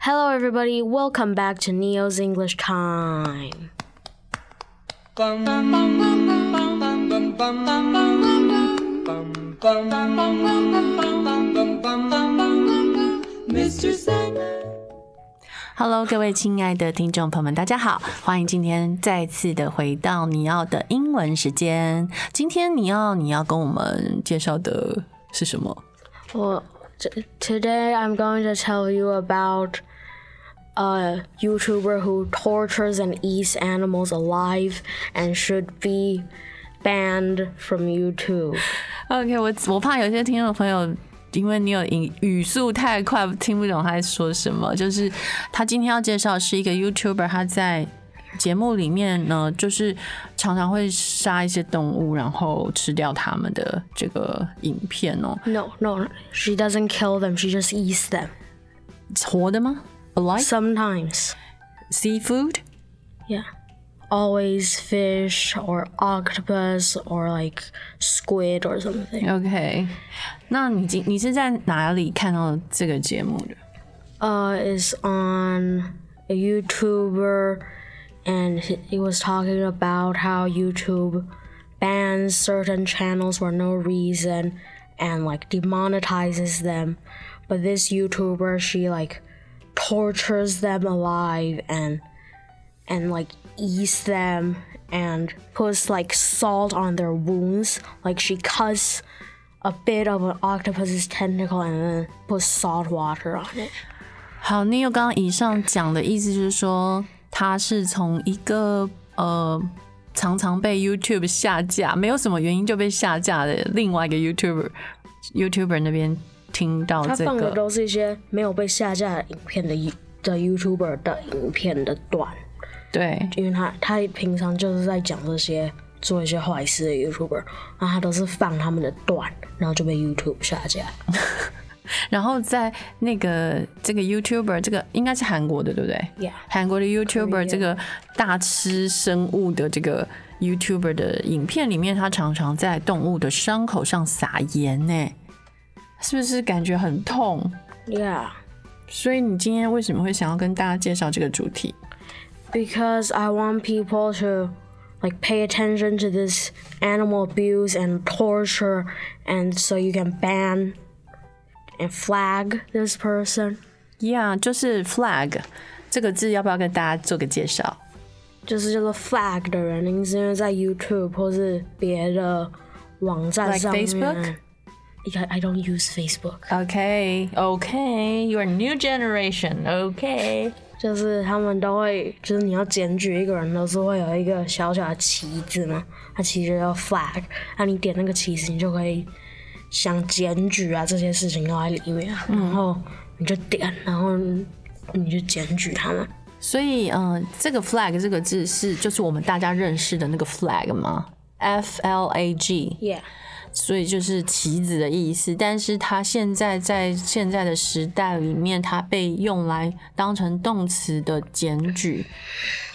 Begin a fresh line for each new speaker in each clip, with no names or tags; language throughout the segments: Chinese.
Hello, everybody. Welcome back to Neo's English Time.
Mr. Sandman.
Hello，各位亲爱的听众朋友们，大家好，欢迎今天再次的回到尼奥的英文时间。今天尼奥你要跟我们介绍的是什么？
Well, t- today I'm going to tell you about a YouTuber who tortures and eats animals alive and should be banned from YouTube.
OK，我我怕有些听众朋友。因为你有语语速太快，听不懂他在说什么。就是他今天要介绍是一个 YouTuber，他在节目里面呢，就是常常会杀一些动物，然后吃掉它们的这个影片哦。
No, no, she doesn't kill them. She just eats them
活的吗？Alive
sometimes.
seafood？
Yeah. Always fish or octopus or like squid or something.
OK，那你今你是在哪里看到这个节目的？
uh, is on a YouTuber, and he he was talking about how YouTube bans certain channels for no reason and like demonetizes them. But this YouTuber, she like tortures them alive and and like eats them and puts like salt on their wounds. Like she cuts a bit of an octopus's tentacle and then puts salt water on it.
好，你有刚刚以上讲的意思就是说，他是从一个呃常常被 YouTube 下架，没有什么原因就被下架的另外一个 YouTuber YouTuber 那边听到
他
这
放的
个
都是一些没有被下架的影片的 You- 的 YouTuber 的影片的短，
对
因为他他平常就是在讲这些做一些坏事的 YouTuber，然后他都是放他们的短，然后就被 YouTube 下架。
然后在那个这个 YouTuber 这个应该是韩国的，对不对
Yeah
韩国的 YouTuber
Korean
这个大吃生物的这个 YouTuber 的影片里面，他常常在动物的伤口上撒盐呢，是不是感觉很痛？
Yeah,
所以你今天为什么会想要跟大家介绍这个主题？
because I want people to like pay attention to this animal abuse and torture, and so you can ban and flag this person.
Yeah，就是 flag 这个字，要不要跟大家做个介绍？
就是叫做 flag 的人，您是因为在 YouTube 或是别的网站
Like
上面。
Facebook?
Yeah, I don't use Facebook，
Okay, okay, you're a new generation. Okay.
就是他们都会，就是你要检举一个人，都是会有一个小小的旗子嘛，它其实叫 flag，那、你点那个旗子，你就可以想检举啊这些事情都在里面啊，然后你就点，然后你就检举他们。
所以，嗯、这个 flag 这个字是就是我们大家认识的那个 flag 吗？F L A G，
Yeah，
所以就是旗子的意思。但是它现在在现在的时代里面，它被用来当成动词的检举。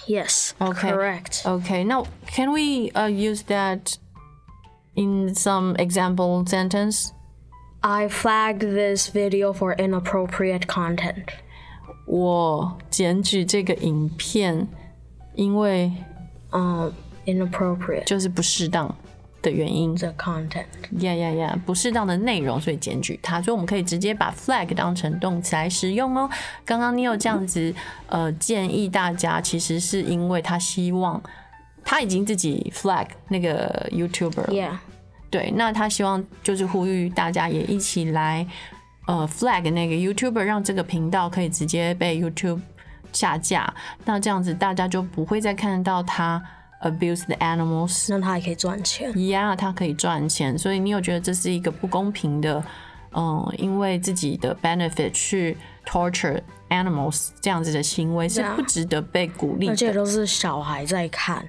yes，
Okay.
correct。
Okay, now can we uh, use that in some example sentence?
I flagged this video for inappropriate content.
我检举这个影片，因为
um inappropriate
就是不适当的原因。
the content.
Yeah, yeah, yeah，不适当的内容，所以检举它。所以我们可以直接把 flag 当成动词来使用哦。刚刚你有这样子，呃，建议大家，其实是因为他希望他已经自己 flag 那个 YouTuber 了
Yeah.
对，那他希望就是呼吁大家也一起来，呃，flag 那个 YouTuber，让这个频道可以直接被 YouTube 下架。那这样子大家就不会再看到他 abuse the animals。
那他也可以赚钱。
Yeah，他啊可以赚钱，所以你有觉得这是一个不公平的，嗯，因为自己的 benefit 去 torture animals 这样子的行为是
对啊
不值得被鼓励
而且
的。
都是小孩在看，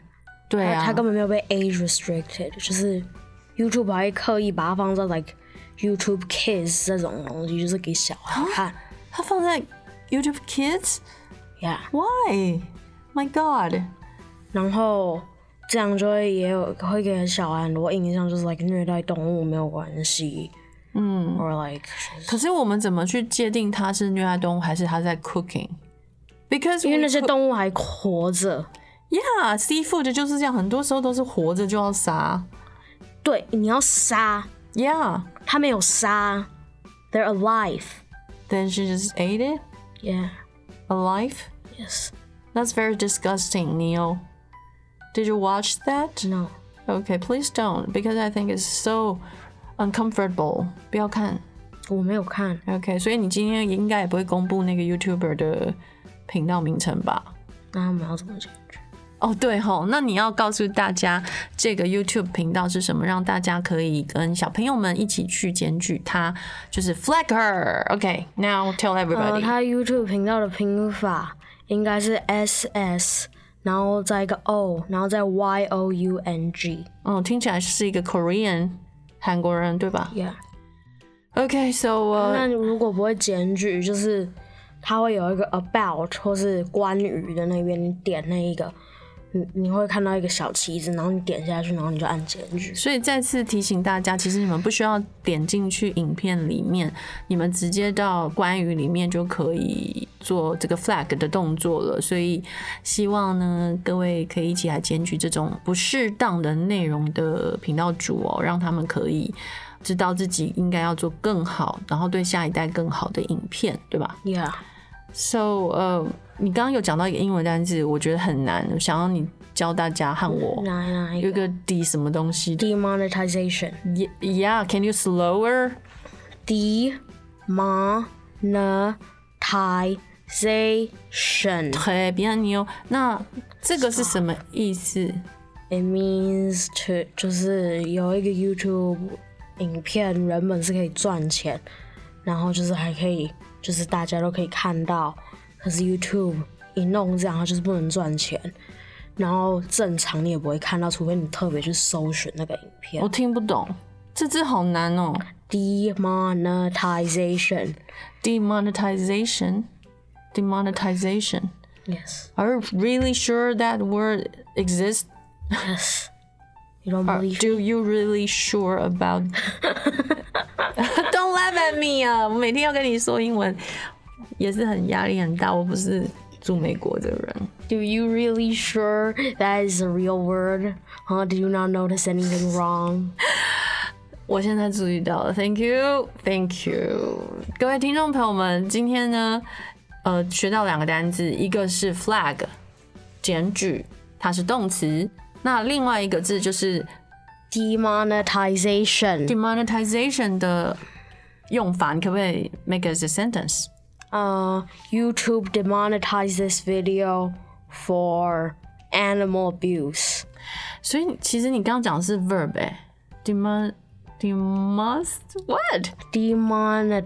对
他
啊，
他根本没有被 age restricted，就是 YouTube 还刻意把它放在 like YouTube Kids 这种东西，就是给小孩看。
他放在 YouTube Kids。
Yeah，
Why? My God.
然后这样就会也有会给小孩很多印象，就是 like 虐待动物没有关系，嗯，or like
可是我们怎么去界定它是虐待动物，还是它在 cooking？Because
因为那些
动
动物还活着。
yeah seafood 就是这样，很多时候都是活着就要杀
对，你要杀
yeah
它没有杀，they're alive。
then she just ate it
Yeah,
alive
yes,
that's very disgusting Neil did you watch that
no.
okay please don't because I think it's so uncomfortable 不要看
我没有看，
OK，所以你今天应该也不会公布那个 YouTuber 的频道名称吧？
那我们要怎么解决？
哦，对吼，那你要告诉大家这个 YouTube 频道是什么，让大家可以跟小朋友们一起去检举它，就是 flag her。OK，now、tell
呃，
everybody、
他 YouTube 频道的拼法应该是 S S，然后再一个 O，然后再 Y O U N G。
嗯，听起来是一个 Korean 韩国人对吧 uh,
Yeah，
？OK，so、
那如果不会检举，就是它会有一个 about 或是关于的那边，你点那一个，你你会看到一个小旗子，然后你点下去，然后你就按检举。
所以再次提醒大家，其实你们不需要点进去影片里面，你们直接到关于里面就可以做这个 flag 的动作了。所以希望呢，各位可以一起来检举这种不适当的内容的频道主哦，让他们可以知道自己应该要做更好，然后对下一代更好的影片，对吧？
Yeah，
So，呃，你刚刚有讲到一个英文单字，我觉得很难，想要你教大家和我
哪哪一
有一
个
个 d 什么东西的。
demonetization？
Y- Yeah, can you slower?
D M N T Z S I O N.
很bien 你有那这个是什么意思？
It means to 就是有一个 YouTube 影片，原本是可以赚钱，然后就是还可以，就是大家都可以看到，可是 YouTube 一弄这样，它就是不能赚钱。然后正常你也不会看到，除非你特别去搜寻那个影片
我。听不懂，这字好难哦。
Demonetization,
Demonetization, demonetization.
yes,
Are you really sure that word exists?
yes. You don't
Are,
believe?
do you really sure about? Don't laugh at me 啊！我每天要跟你说英文，也是很压力很大。我不是住美国的人。
Do you really sure that is a real word? Huh? Did you not notice anything wrong?
我现在注意到了，Thank you，Thank you，各位听众朋友们，今天呢，呃，学到两个单字，一个是 flag，检举，它是动词，那另外一个字就是
Demonetization.
demonetization 的用法，你可不可以 make us a sentence？
Uh, YouTube demonetized this video for animal abuse.
所以其实你刚刚讲的是 verb 哎、demon demon what？
Demonetized.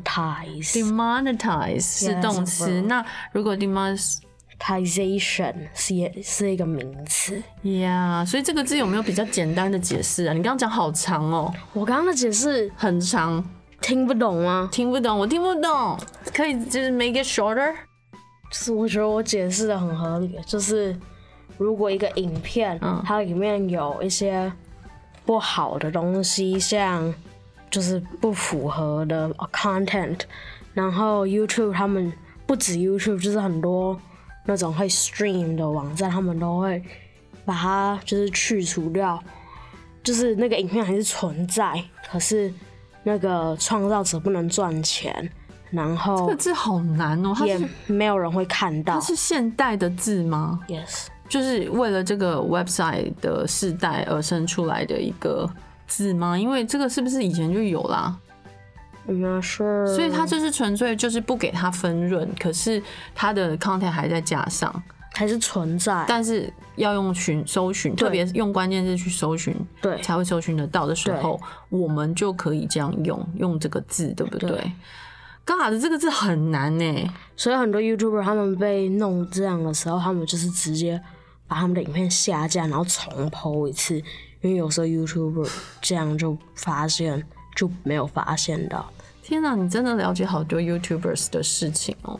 demonetize 是
Yeah，是
动词，
verb
那如果 demon
Tization 是也是一个名词。
呀所以这个字有没有比较简单的解释啊？你刚刚讲好长哦，很长，
我刚刚的解释听不懂吗？就是我觉得我解释的很模糊。
听不懂，我听不懂，可以就是 make it shorter。
合理，就是如果一个影片，
嗯
它里面有一些不好的东西，像就是不符合的，uh, content，然后 YouTube 他们不止 YouTube，就是很多那种会 stream 的网站，他们都会把它就是去除掉，就是那个影片还是存在，可是那个创造者不能赚钱，然
这
后
个字好难哦，它
也
是
没有人会看到
它。是现代的字吗？
Yes.
就是为了这个 website 的世代而生出来的一个字吗？因为这个是不是以前就有啦？
I'm not sure.
所以它就是纯粹就是不给它分润，可是它的 content 还在加上，
还是存在。
但是要用寻搜寻，特别用关键字去搜寻，
对
才会搜寻得到的时候，我们就可以这样用用这个字，对不对
对？
尬的这个字很难呢、
所以很多 YouTuber 他们被弄这样的时候，他们就是直接把他们的影片下架，然后重剖一次。因为有时候 YouTuber 这样就发现就没有发现到。
天哪、你真的了解好多 YouTubers 的事情哦。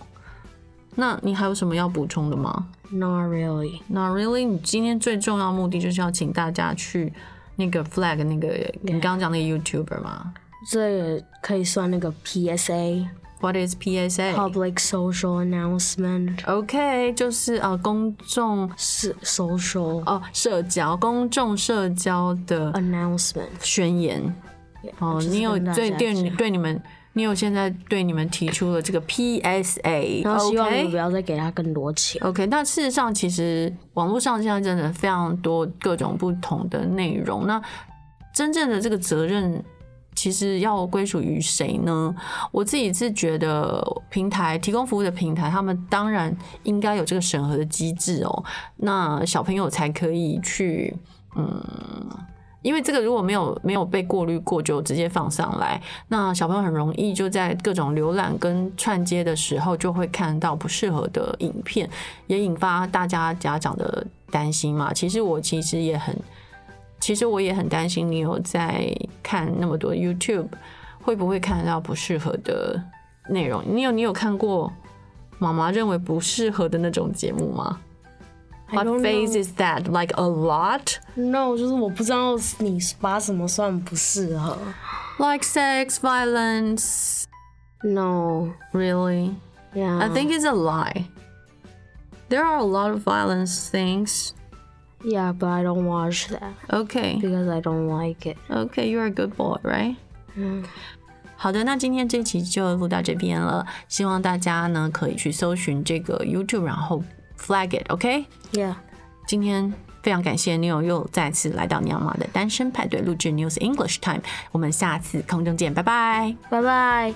那你还有什么要补充的吗？
Not really.
那 really，你今天最重要的目的就是要请大家去那个 flag 那个你刚刚讲那个 YouTuber 嘛
这也可以算那个 PSA
What is PSA？OK，、
Public Social Announcement
OK，就是呃公众
是 social
哦社交公众社交的
announcement
宣言。哦，
哦就是
你有
跟大
对
家
对你
讲
对你们，你有现在对你们提出了这个 PSA，
然后希望你们
OK
不要再给他更多钱。
OK，那事实上，其实网络上现在真的非常多各种不同的内容。那真正的这个责任，其实要归属于谁呢？我自己是觉得，平台提供服务的平台，他们当然应该有这个审核的机制哦。那小朋友才可以去，嗯。因为这个如果没有没有被过滤过，就直接放上来，那小朋友很容易就在各种浏览跟串接的时候，就会看到不适合的影片，也引发大家家长的担心嘛。其实我其实也很，其实我也很担心，你有在看那么多 YouTube，会不会看到不适合的内容？你有你有看过妈妈认为不适合的那种节目吗
I
？What
don't
phase
know.
is that? Like a lot?
No，就是我不知道你把什么算不适合。
Like sex, violence?
No，yeah，
Really? I think it's a lie. There are a lot of violence things.
yeah，but I don't watch that
Okay.
because I don't like it。
Okay, you're a good boy, right? 好的，那今天这期就录到这边了。希望大家呢可以去搜寻这个 YouTube，然后 flag it，OK？、
Yeah，
今天非常感谢 Neil 又再次来到娘妈的单身派对录制 News English Time，我们下次空中见，拜拜。
拜拜。